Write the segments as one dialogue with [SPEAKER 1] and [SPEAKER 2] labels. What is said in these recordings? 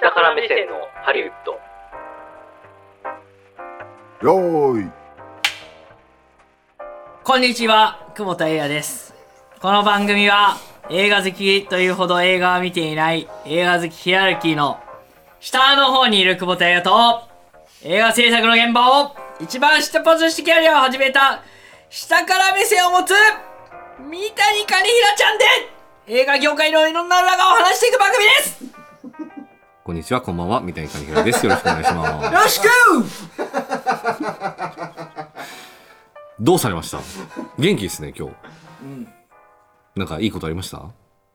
[SPEAKER 1] 下から目線のハリウッド
[SPEAKER 2] よーい
[SPEAKER 3] こんにちは、久保田英也です。この番組は映画好きというほど映画は見ていない映画好きヒアラキーの下の方にいる久保田英也と映画制作の現場を一番下っ端としてキャリアを始めた下から目線を持つ三谷兼平ちゃんで映画業界のいろんな裏側を話していく番組ですよ
[SPEAKER 4] こんにちは、こんばんは、三谷兼平です。よろしくお願いします。
[SPEAKER 3] ろしく
[SPEAKER 4] どうされました元気ですね、今日。なんかいいことありました
[SPEAKER 3] い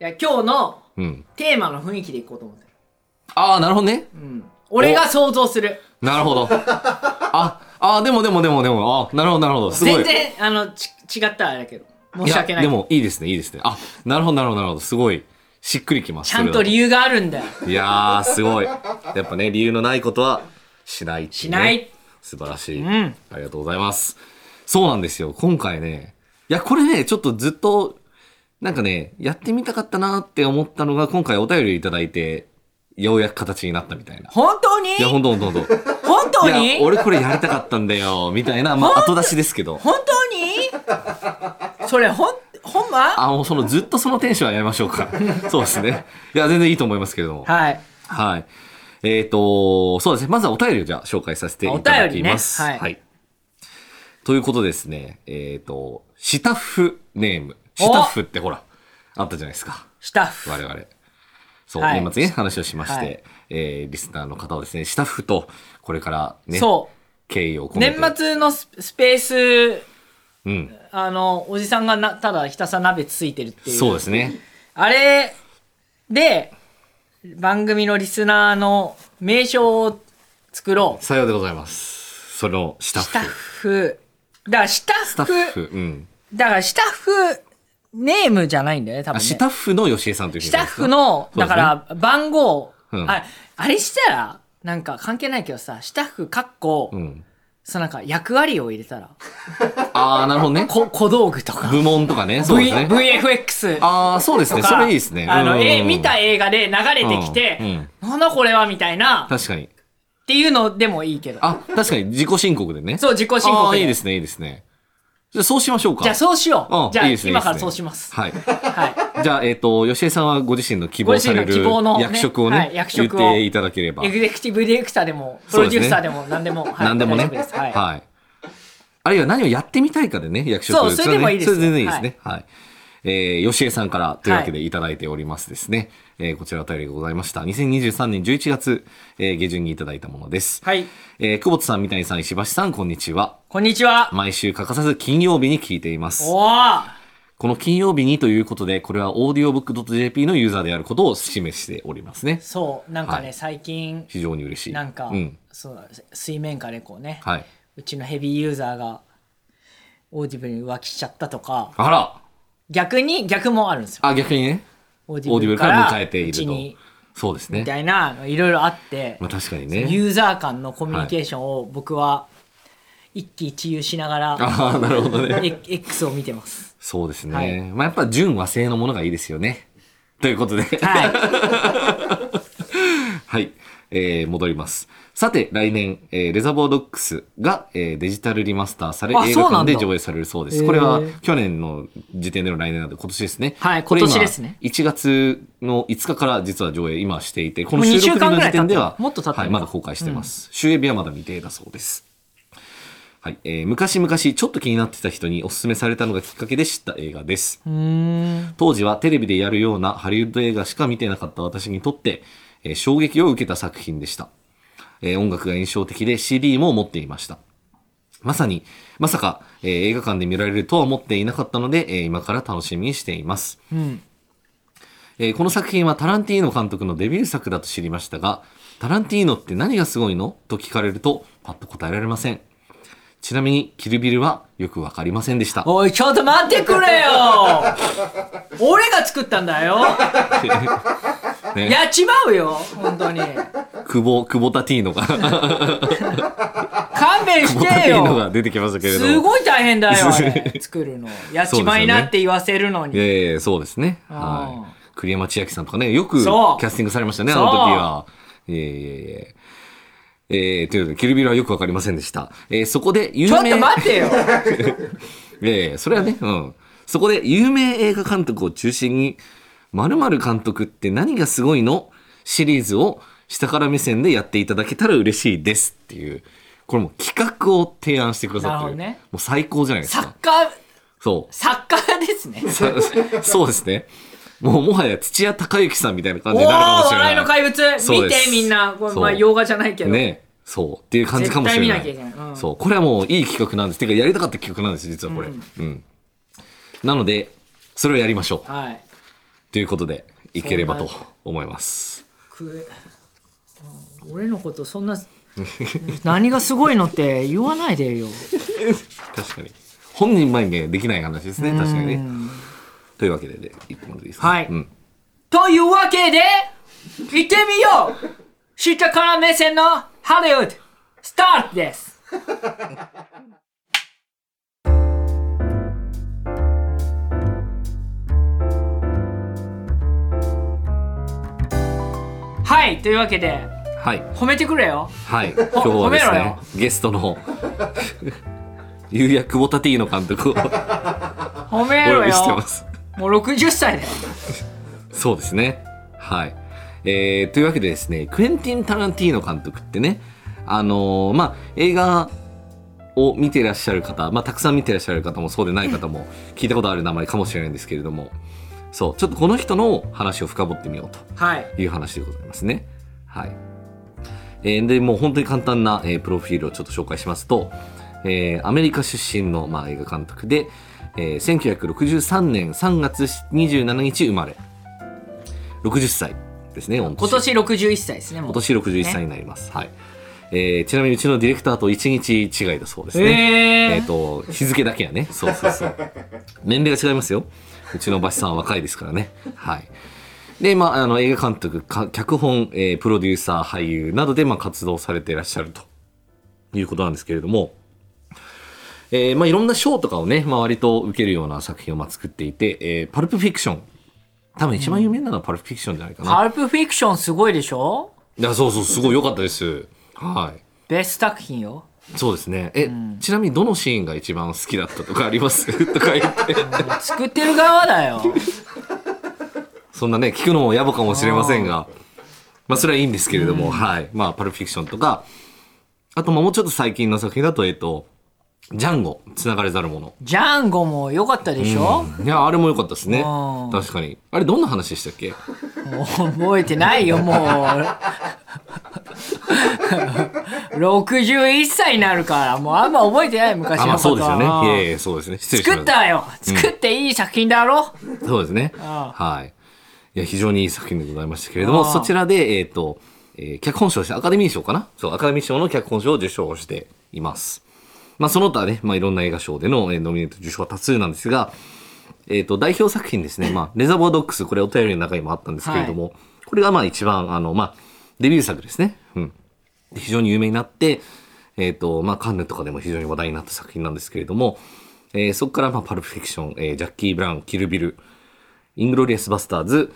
[SPEAKER 3] や今日の
[SPEAKER 4] うん。
[SPEAKER 3] テーマの雰囲気でいこうと思ってる。
[SPEAKER 4] ああ、なるほどね。
[SPEAKER 3] 俺が想像する。
[SPEAKER 4] なるほど。あ、あーでもでもでもでも、あなるほど、なるほど。すごい。
[SPEAKER 3] 全然、あの、ち違ったらあれだけど。申し訳ない
[SPEAKER 4] や
[SPEAKER 3] い。
[SPEAKER 4] でもいいですね、いいですね。あ、なるほど、なるほど、なるほど。すごい。しっくりきます。
[SPEAKER 3] ちゃんと理
[SPEAKER 4] 由。
[SPEAKER 3] 由があるんだよ。
[SPEAKER 4] いやー、すごい。やっぱね、理由のないことはしないってうね
[SPEAKER 3] しない。
[SPEAKER 4] 素晴らしい、
[SPEAKER 3] ん
[SPEAKER 4] ありがとうございます。そうなんですよ。今回ね、いや、これね、ちょっとずっと、なんかね、やってみたかったなって思ったのが、今回お便りいただいて、ようやく形になったみたいな。
[SPEAKER 3] 本当に
[SPEAKER 4] いや、ほんとほんとほんと。
[SPEAKER 3] 本当
[SPEAKER 4] いや、
[SPEAKER 3] に
[SPEAKER 4] 俺これやりたかったんだよ、みたいな、まあ、後出しですけど。
[SPEAKER 3] 本当にそれ、ほん、ほんま
[SPEAKER 4] あ、もうその、ずっとそのテンションはやめましょうか。そうですね。いや、全然いいと思いますけれども。
[SPEAKER 3] はい。
[SPEAKER 4] はい。えっ、と、そうですね。まずはお便りをじゃあ紹介させていただきます。
[SPEAKER 3] お便りねはい
[SPEAKER 4] ということですね。えっ、と、シタッフネーム。シタッフってほら、あったじゃないですか。
[SPEAKER 3] スタッフ。
[SPEAKER 4] 我々。そう、
[SPEAKER 3] はい
[SPEAKER 4] 年末にね話をしまして、
[SPEAKER 3] はい
[SPEAKER 4] えーリスナーの方をですね、シタッフと、これからね、
[SPEAKER 3] そ
[SPEAKER 4] 敬意を込
[SPEAKER 3] う。
[SPEAKER 4] め
[SPEAKER 3] 年
[SPEAKER 4] て。。
[SPEAKER 3] 末のススペース、
[SPEAKER 4] うん。
[SPEAKER 3] あの、おじさんがな、ただひたすら鍋ついてるっていう。
[SPEAKER 4] そうですね。
[SPEAKER 3] あれで、番組のリスナーの名称を作ろう。
[SPEAKER 4] さようでございます。その、シタッ
[SPEAKER 3] スタッ
[SPEAKER 4] フ。
[SPEAKER 3] フ。だから、スタッフ。
[SPEAKER 4] スタッフ。うん。
[SPEAKER 3] だから、スタッフ、ネームじゃないんだよね、多分、
[SPEAKER 4] あ、
[SPEAKER 3] ね。
[SPEAKER 4] シタッフの吉江さんという
[SPEAKER 3] ス
[SPEAKER 4] 人
[SPEAKER 3] タッ
[SPEAKER 4] ですか
[SPEAKER 3] フの、
[SPEAKER 4] そうで
[SPEAKER 3] だ
[SPEAKER 4] すね
[SPEAKER 3] から、番号、
[SPEAKER 4] うん
[SPEAKER 3] あ、あれしたら、なんか関係ないけどさ、スタッフかっこ、
[SPEAKER 4] うん。
[SPEAKER 3] そのなんか役割を入れたら、
[SPEAKER 4] ああ、なるほどね。
[SPEAKER 3] こ小道具とか、
[SPEAKER 4] 部門とかね、そうで
[SPEAKER 3] v
[SPEAKER 4] すね。
[SPEAKER 3] VFX とか、
[SPEAKER 4] ああ、そうですね。それいいですね。
[SPEAKER 3] あの、
[SPEAKER 4] うん
[SPEAKER 3] え、見た映画で流れてき
[SPEAKER 4] う
[SPEAKER 3] て、
[SPEAKER 4] ん
[SPEAKER 3] なんだこれはみたいな、っ
[SPEAKER 4] 確かに。
[SPEAKER 3] ていうのでもいいけど。
[SPEAKER 4] あ、確かに自己申告でね。
[SPEAKER 3] そう、自己申告
[SPEAKER 4] あー
[SPEAKER 3] で。
[SPEAKER 4] いいですね、いいですね。じゃあそうしましょうか。
[SPEAKER 3] じゃあそうしよ
[SPEAKER 4] うん
[SPEAKER 3] う。じゃあ
[SPEAKER 4] いいですね
[SPEAKER 3] 今か
[SPEAKER 4] い
[SPEAKER 3] ら
[SPEAKER 4] いですね
[SPEAKER 3] そうします。
[SPEAKER 4] はい。
[SPEAKER 3] はい。
[SPEAKER 4] じゃあ、えっ、と、吉江さんはご自身の希
[SPEAKER 3] ご
[SPEAKER 4] 望
[SPEAKER 3] 自
[SPEAKER 4] さ
[SPEAKER 3] 身
[SPEAKER 4] れ
[SPEAKER 3] の
[SPEAKER 4] る
[SPEAKER 3] 希望のね
[SPEAKER 4] 役職をね、
[SPEAKER 3] はい役職を
[SPEAKER 4] 言っていただければ。
[SPEAKER 3] エグゼクティブディレクターでも、プ
[SPEAKER 4] そう
[SPEAKER 3] ロ
[SPEAKER 4] で
[SPEAKER 3] デ
[SPEAKER 4] すね
[SPEAKER 3] ューサーでも何でも、はい
[SPEAKER 4] 何でもね。
[SPEAKER 3] 大丈夫ですはい。
[SPEAKER 4] はい。あるいは何をやってみたいかでね、役職
[SPEAKER 3] そうそれでもいいですよ
[SPEAKER 4] それ全然いいですね。はい。えー、吉江さんからというわけでいただいておりますですね。えーこちらお便りがございました。2023年11月、えー下旬にいただいたものです。
[SPEAKER 3] はい。
[SPEAKER 4] えー、久保田さん、三谷さん、石橋さん、こんにちは。
[SPEAKER 3] こんにちは。
[SPEAKER 4] 毎週欠かさず金曜日に聞いています。
[SPEAKER 3] おー
[SPEAKER 4] この金曜日にということで、これはオーディオブック .jp のユーザーであることを示しておりますね。
[SPEAKER 3] そうなんかね、
[SPEAKER 4] はい
[SPEAKER 3] 最近
[SPEAKER 4] 非常に嬉しい。
[SPEAKER 3] なんか、
[SPEAKER 4] うん。
[SPEAKER 3] そう水面下でこうね、
[SPEAKER 4] はい。
[SPEAKER 3] うちのヘビーユーザーがオーディブルに浮気しちゃったとか
[SPEAKER 4] あら
[SPEAKER 3] 逆に逆もあるんですよ
[SPEAKER 4] あ、逆にね。
[SPEAKER 3] オーデ
[SPEAKER 4] オ
[SPEAKER 3] ィ
[SPEAKER 4] ー
[SPEAKER 3] ブ
[SPEAKER 4] ディ
[SPEAKER 3] ル
[SPEAKER 4] ブル
[SPEAKER 3] か
[SPEAKER 4] から迎
[SPEAKER 3] ら
[SPEAKER 4] えていうる
[SPEAKER 3] ち
[SPEAKER 4] と
[SPEAKER 3] に。
[SPEAKER 4] そうです
[SPEAKER 3] み
[SPEAKER 4] ね。
[SPEAKER 3] たいないろいろあって、
[SPEAKER 4] まあ確かにね。
[SPEAKER 3] ユーザー間のコミュニケーションを僕は一喜一憂しながら、
[SPEAKER 4] ああ、なるほどね。
[SPEAKER 3] え X を見て ます。
[SPEAKER 4] そうですね。
[SPEAKER 3] はい
[SPEAKER 4] まあやっぱ純和製のものがいいですよね。ということで。
[SPEAKER 3] はい、
[SPEAKER 4] はい、えー戻ります。さて、来年、えーレザボードックスが、えーデジタルリマスターされ、
[SPEAKER 3] あ
[SPEAKER 4] 映
[SPEAKER 3] そうな
[SPEAKER 4] 画
[SPEAKER 3] ん
[SPEAKER 4] 館
[SPEAKER 3] だ
[SPEAKER 4] で上映されるそうで
[SPEAKER 3] へ
[SPEAKER 4] す。
[SPEAKER 3] ー
[SPEAKER 4] これは去年の時点での来年なので、今年ですね。
[SPEAKER 3] はい
[SPEAKER 4] これ今
[SPEAKER 3] 今年ですね
[SPEAKER 4] 1月の5日から実は上映今していて、こ
[SPEAKER 3] も
[SPEAKER 4] の
[SPEAKER 3] う
[SPEAKER 4] 収
[SPEAKER 3] 二週
[SPEAKER 4] 録
[SPEAKER 3] 間
[SPEAKER 4] 日
[SPEAKER 3] ぐ
[SPEAKER 4] の
[SPEAKER 3] ら
[SPEAKER 4] 時
[SPEAKER 3] い経った
[SPEAKER 4] 点では、
[SPEAKER 3] もっと経ってる
[SPEAKER 4] はい、まだ公開してます。終映日はまだ未定だそうです。はい、えー昔々ちょっと気になってた人にお勧めされたのがきっかけで知った映画です。
[SPEAKER 3] うーん
[SPEAKER 4] 当時はテレビでやるようなハリウッド映画しか見てなかった私にとって、えー衝撃を受けた作品でした、えー音楽が印象的で CD も持っていましたまさにまさか、えー映画館で見られるとは思っていなかったので、えー今から楽しみにしています、
[SPEAKER 3] うん
[SPEAKER 4] えーこの作品はタランティーノ監督のデビュー作だと知りましたがタランティーノって何がすごいのと聞かれるとパッと答えられませんちなみにキルビルはよくわかりませんでした
[SPEAKER 3] おいちょっと待ってく れよ俺が作ったんだよ
[SPEAKER 4] ね
[SPEAKER 3] やっちまうよ本当に
[SPEAKER 4] 久保久保田ティーノが
[SPEAKER 3] 勘弁
[SPEAKER 4] ボタ
[SPEAKER 3] し
[SPEAKER 4] ンって
[SPEAKER 3] て
[SPEAKER 4] いうの
[SPEAKER 3] よ
[SPEAKER 4] が出てきましたけれども。
[SPEAKER 3] すごい大変だよ あれ作るのやっちまいなって言わせるのに、
[SPEAKER 4] いやいやいやそうですね。
[SPEAKER 3] あー
[SPEAKER 4] はい。栗山千明さんとかね、よくキ
[SPEAKER 3] そう
[SPEAKER 4] ャスティングされましたね、あ
[SPEAKER 3] そう
[SPEAKER 4] の時は。ええええということで、キルビルはよくわかりませんでした。えーそこで有
[SPEAKER 3] ちょっ
[SPEAKER 4] 名、
[SPEAKER 3] と待ってよ
[SPEAKER 4] ええそれはね、うん。そこで有名映画監督を中心に、〇〇監督って何がすごいのシリーズを下から目線でやっていただけたら嬉しいですっていう、これもう企画を提案してくださっ
[SPEAKER 3] な
[SPEAKER 4] てる。
[SPEAKER 3] るほどね
[SPEAKER 4] もう最高じゃないです
[SPEAKER 3] サ
[SPEAKER 4] か
[SPEAKER 3] ッ。カー、
[SPEAKER 4] そう。
[SPEAKER 3] サッカーですね。
[SPEAKER 4] さ そうですね。もうもはや土屋隆之さんみたいな
[SPEAKER 3] お
[SPEAKER 4] 感
[SPEAKER 3] おー、
[SPEAKER 4] じになるかもしれな
[SPEAKER 3] 笑
[SPEAKER 4] い。
[SPEAKER 3] いの怪物
[SPEAKER 4] そ
[SPEAKER 3] 見
[SPEAKER 4] うで
[SPEAKER 3] て
[SPEAKER 4] す
[SPEAKER 3] みんな、これ
[SPEAKER 4] そう
[SPEAKER 3] まあ洋画じゃないけど。
[SPEAKER 4] ね。そう。っていう感じかもしれない。
[SPEAKER 3] 絶対見なきゃいけないうん
[SPEAKER 4] そう。これはもういい企画なんです。てか、やりたかった企画なんです、実はこれ。
[SPEAKER 3] う
[SPEAKER 4] うんん。なので、それをやりましょう。
[SPEAKER 3] はい。
[SPEAKER 4] ということで、いければと
[SPEAKER 3] そう
[SPEAKER 4] 思います。
[SPEAKER 3] く俺のことそんな 何がすごいのって言わないでよ。確
[SPEAKER 4] 確かに。本人前にねできない話ですね、確かにね。というわけで、で、一本でいいですか
[SPEAKER 3] はい
[SPEAKER 4] うん。
[SPEAKER 3] というわけで行ってみよう下から目線のハリウッドスタートですはいというわけで
[SPEAKER 4] はい。
[SPEAKER 3] 褒めてくれよ
[SPEAKER 4] はい、今日はで す
[SPEAKER 3] 褒めろ
[SPEAKER 4] ね
[SPEAKER 3] よ、
[SPEAKER 4] ゲストの、 ゆうや久保田 T の監督をお
[SPEAKER 3] 褒め
[SPEAKER 4] 呼
[SPEAKER 3] ろ
[SPEAKER 4] びして
[SPEAKER 3] よ
[SPEAKER 4] ます。
[SPEAKER 3] もう60歳だよ
[SPEAKER 4] そうですね。はい。えーというわけでですね、クエンティン・タランティーノ監督ってね、あのーまあ、映画を見てらっしゃる方、まあ、たくさん見てらっしゃる方もそうでない方も聞いたことある名前かもしれないんですけれども、そう、ちょっとこの人の話を深掘ってみようと。
[SPEAKER 3] はい
[SPEAKER 4] いう話でございますね。はい。えーで、もう本当に簡単な、えープロフィールをちょっと紹介しますと、えーアメリカ出身の、まあ、映画監督で、えー1963年3月27日生まれ。60歳ですね、御年
[SPEAKER 3] 今年61歳ですねもう
[SPEAKER 4] 今年61歳になります。はい。えーちなみにうちのディレクターと1日違いだそうですね。
[SPEAKER 3] えー
[SPEAKER 4] えっ、と、日付だけやね。そうそ うそう。年齢が違いますよ。うちのバシさんは若いですからね。はい。で、まあ、あの、映画監督、か脚本、えープロデューサー、俳優などで、まあ、活動されていらっしゃるということなんですけれども、えーまあ、いろんな賞とかをね、まあ、割と受けるような作品を、まあ、作っていて、えーパルプフィクション。多分一番有名なのはパルプフィクションじゃないかな。
[SPEAKER 3] パルプフィクションすごいでしょ
[SPEAKER 4] いや、そうそう、すごい良かったです。はい。
[SPEAKER 3] ベスト作品よ。
[SPEAKER 4] そうですね。え、ちなみにどのシーンが一番好きだったとかあります とか言って。
[SPEAKER 3] 作ってる側だよ。
[SPEAKER 4] そんなね、聞くのも野暮かもしれませんが、まあそれはいいんですけれども、はい。まあ、パルプフィクションとか、あと、まあもうちょっと最近の作品だと、えっと、ジャンゴ、繋がれざるもの。
[SPEAKER 3] ジャンゴも良かったでしょ、
[SPEAKER 4] いや、あれも良かったですね
[SPEAKER 3] うん。
[SPEAKER 4] 確かに。あれ、どんな話でしたっけ
[SPEAKER 3] もう覚えてないよ、もう。61歳になるから、もうあんま覚えてない、昔
[SPEAKER 4] あ、
[SPEAKER 3] の
[SPEAKER 4] まあ
[SPEAKER 3] こ
[SPEAKER 4] そ
[SPEAKER 3] と
[SPEAKER 4] うですよ
[SPEAKER 3] は。
[SPEAKER 4] ね。いやいや、そうですね。失礼しま
[SPEAKER 3] 作
[SPEAKER 4] し。
[SPEAKER 3] ったたよ。作っていい作品だろ、
[SPEAKER 4] そうですね。
[SPEAKER 3] あ
[SPEAKER 4] はい。いや、非常にいい作品でございましたけれども、
[SPEAKER 3] ああ
[SPEAKER 4] そちらで、えっ、と、えー脚本賞をして、アカデミー賞かなそう、アカデミー賞の脚本賞を受賞しています。まあ、その他ね、まあ、いろんな映画賞での、えーノミネート受賞は多数なんですが、えっ、と、代表作品ですね。まあ、レザーボードックス、これお便りの中にもあったんですけれども、これがまあ一番、あの、まあ、デビュー作ですね。うん。で非常に有名になって、えっ、と、まあ、カンヌとかでも非常に話題になった作品なんですけれども、えーそこから、まあ、パルプフィクション、えージャッキー・ブラウン、キル・ビル、イングロリアス・バスターズ、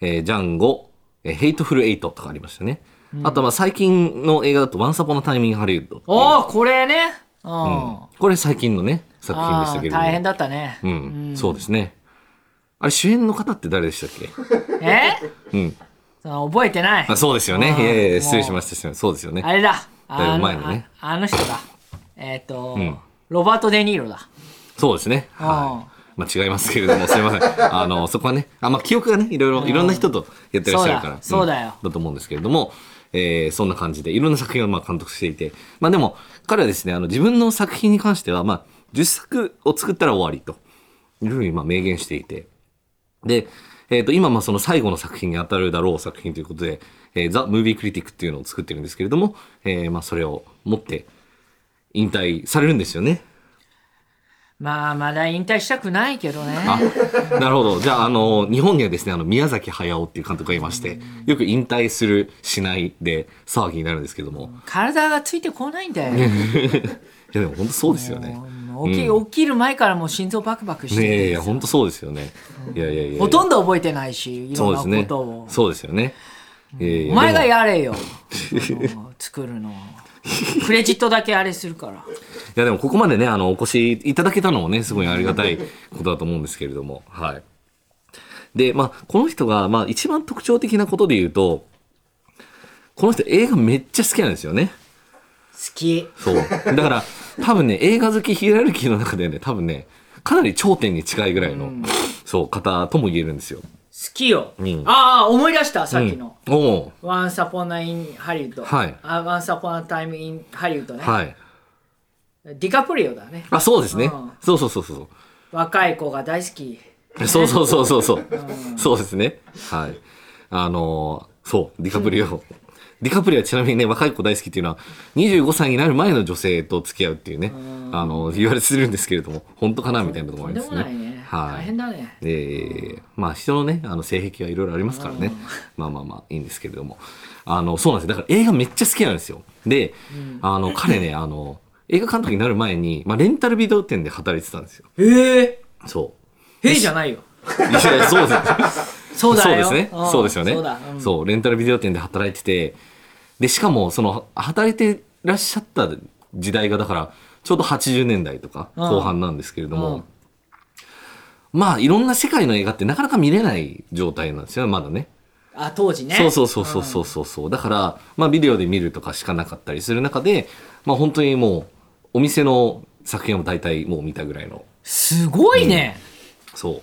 [SPEAKER 4] えージャンゴ、えーヘイトフル・エイトとかありましたね。あと、まあ、最近の映画だと、ワンサポのタイミング・ハリウッド。
[SPEAKER 3] おお、これね。うん。あ
[SPEAKER 4] これ最近のね、作品でし
[SPEAKER 3] あ
[SPEAKER 4] たけ
[SPEAKER 3] ー
[SPEAKER 4] れども。
[SPEAKER 3] 大変だったね。
[SPEAKER 4] うん、そうですね。あれ、主演の方って誰でしたっ
[SPEAKER 3] え
[SPEAKER 4] けうん。
[SPEAKER 3] その覚えてない
[SPEAKER 4] あ。そうですよね。
[SPEAKER 3] あー
[SPEAKER 4] いやい
[SPEAKER 3] もう
[SPEAKER 4] や、失礼しました。失礼しましたそうですよね。
[SPEAKER 3] あれだ。あ
[SPEAKER 4] だいぶ
[SPEAKER 3] の
[SPEAKER 4] 前のね
[SPEAKER 3] ああの人だ。えっ、と、
[SPEAKER 4] ん
[SPEAKER 3] ロバート・デ・ニーロだ。
[SPEAKER 4] そうですね。はい。まあ違いますけれども、すいません。あの、そこはね、あ、まあ記憶がね、いろいろ、いろんな人とやってらっしゃるから。
[SPEAKER 3] そうだそうだよ
[SPEAKER 4] んだと思うんですけれども、えーそんな感じで、いろんな作品をまあ監督していて、まあでも、彼はですね、あの、自分の作品に関しては、まあ、10作を作ったら終わりと、いうふうにまあ明言していて、で、えっ、と、今、まあ、その最後の作品に当たるだろう作品ということで、えー、ザ・ムービー・クリティックっていうのを作ってるんですけれども、えーまあ、それを持って引退されるんですよね。
[SPEAKER 3] まあ、まだ引退したくないけどね。
[SPEAKER 4] あ、なるほど。じゃあ、あの、日本にはですね、あの、宮崎駿っていう監督がいまして、よく引退する、しないで騒ぎになるんですけども。
[SPEAKER 3] 体がついてこないんだよ。
[SPEAKER 4] いや、でも本当そうですよね。
[SPEAKER 3] もう起き起きる前からもう心臓バクバクして
[SPEAKER 4] ね
[SPEAKER 3] るん
[SPEAKER 4] え、い
[SPEAKER 3] で
[SPEAKER 4] や、
[SPEAKER 3] すよ
[SPEAKER 4] 本当そうですよね。いやいやいやいや。
[SPEAKER 3] ほとんど覚えてないし、い
[SPEAKER 4] そ
[SPEAKER 3] ろ
[SPEAKER 4] うんで
[SPEAKER 3] なこ
[SPEAKER 4] すね
[SPEAKER 3] とを。。
[SPEAKER 4] そうですよね。えー
[SPEAKER 3] お前が
[SPEAKER 4] でも
[SPEAKER 3] やれよあの作るのクレジットだけあれするから
[SPEAKER 4] いやでもここまでね、あの、お越しいただけたのもね、すごいありがたいことだと思うんですけれども、はい。で、まあ、この人が、まあ、一番特徴的なことで言うと、この人映画めっちゃ好きなんですよね。
[SPEAKER 3] 好き
[SPEAKER 4] そう。だから、多分ね、映画好きヒエラルキーの中でね、多分ね、かなり頂点に近いぐらいの、
[SPEAKER 3] うん
[SPEAKER 4] そう、方とも言えるんですよ。
[SPEAKER 3] 好きよ、
[SPEAKER 4] うん
[SPEAKER 3] ああ思い出したさっきの、
[SPEAKER 4] うん。おおう
[SPEAKER 3] Once Upon a in Hollywood、
[SPEAKER 4] はい
[SPEAKER 3] あ Once Upon a Time in Hollywood ね、
[SPEAKER 4] はい。
[SPEAKER 3] ディカプリオだね
[SPEAKER 4] あ、そうですね
[SPEAKER 3] うん。
[SPEAKER 4] そうそうそうそう。
[SPEAKER 3] 若い子が大好き
[SPEAKER 4] そうそうそうそうそう。そうですね。はい。あのーそう、ディカプリオ。ディカプリオはちなみにね、若い子大好きっていうのは、25歳になる前の女性と付き合うっていうね、あのー言われするんですけれども、本当かなみたいなとことろ
[SPEAKER 3] ん
[SPEAKER 4] もあ
[SPEAKER 3] で
[SPEAKER 4] りま
[SPEAKER 3] も
[SPEAKER 4] す
[SPEAKER 3] ないね
[SPEAKER 4] ね。は
[SPEAKER 3] 大
[SPEAKER 4] い
[SPEAKER 3] 変。だね
[SPEAKER 4] えーまあ人のね、あの性癖はいろいろありますからね。まあまあまあいいんですけれども。あの、そうなんですよ。だから映画めっちゃ好きなんですよ。で、あの、彼ね、あの、映画監督になる前に、まあレンタルビデオ店で働いてたんですよ。
[SPEAKER 3] ええ
[SPEAKER 4] そう。
[SPEAKER 3] へえじゃないよ
[SPEAKER 4] いやそうです。
[SPEAKER 3] そうだよ
[SPEAKER 4] そうですね。
[SPEAKER 3] ん
[SPEAKER 4] そうですよね。
[SPEAKER 3] そうだ、うん
[SPEAKER 4] そうレンタルビデオ店で働いてて、で、しかも、その、働いてらっしゃった時代が、だから、ちょうど80年代とか、
[SPEAKER 3] うん
[SPEAKER 4] 後半なんですけれど
[SPEAKER 3] うん
[SPEAKER 4] も、まあ、いろんな世界の映画ってなかなか見れない状態なんですよね、まだね。
[SPEAKER 3] あ当時ね
[SPEAKER 4] そうそうそうそうそうそうそう。だから、まあ、ビデオで見るとかしかなかったりする中で、まあ、本当にもう、お店の作品を大体もう見たぐらいの
[SPEAKER 3] すごいね、
[SPEAKER 4] そう。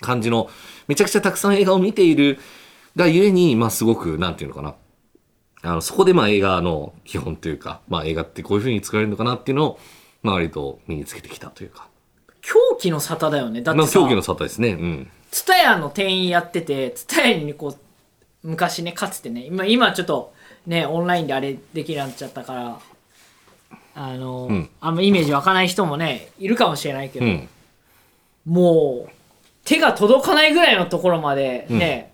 [SPEAKER 4] 感じの、めちゃくちゃたくさん映画を見ているがゆえに、まあすごく、なんていうのかな。あの、そこでまあ映画の基本というか、まあ映画ってこういう風に作られるのかなっていうのを、まあ割と身につけてきたというか。
[SPEAKER 3] 狂気の沙汰だよねだっ
[SPEAKER 4] ま
[SPEAKER 3] て
[SPEAKER 4] あ
[SPEAKER 3] さ
[SPEAKER 4] 競技の沙汰ですね。うん。
[SPEAKER 3] ツタヤの店員やっててツタヤにこう昔ねかつてね今今ちょっとねオンラインであれできるようになっちゃったからあの、
[SPEAKER 4] うん
[SPEAKER 3] あんまイメージ湧かない人もねいるかもしれないけ
[SPEAKER 4] う
[SPEAKER 3] ど、
[SPEAKER 4] ん。
[SPEAKER 3] もう手が届かないぐらいのところまでね、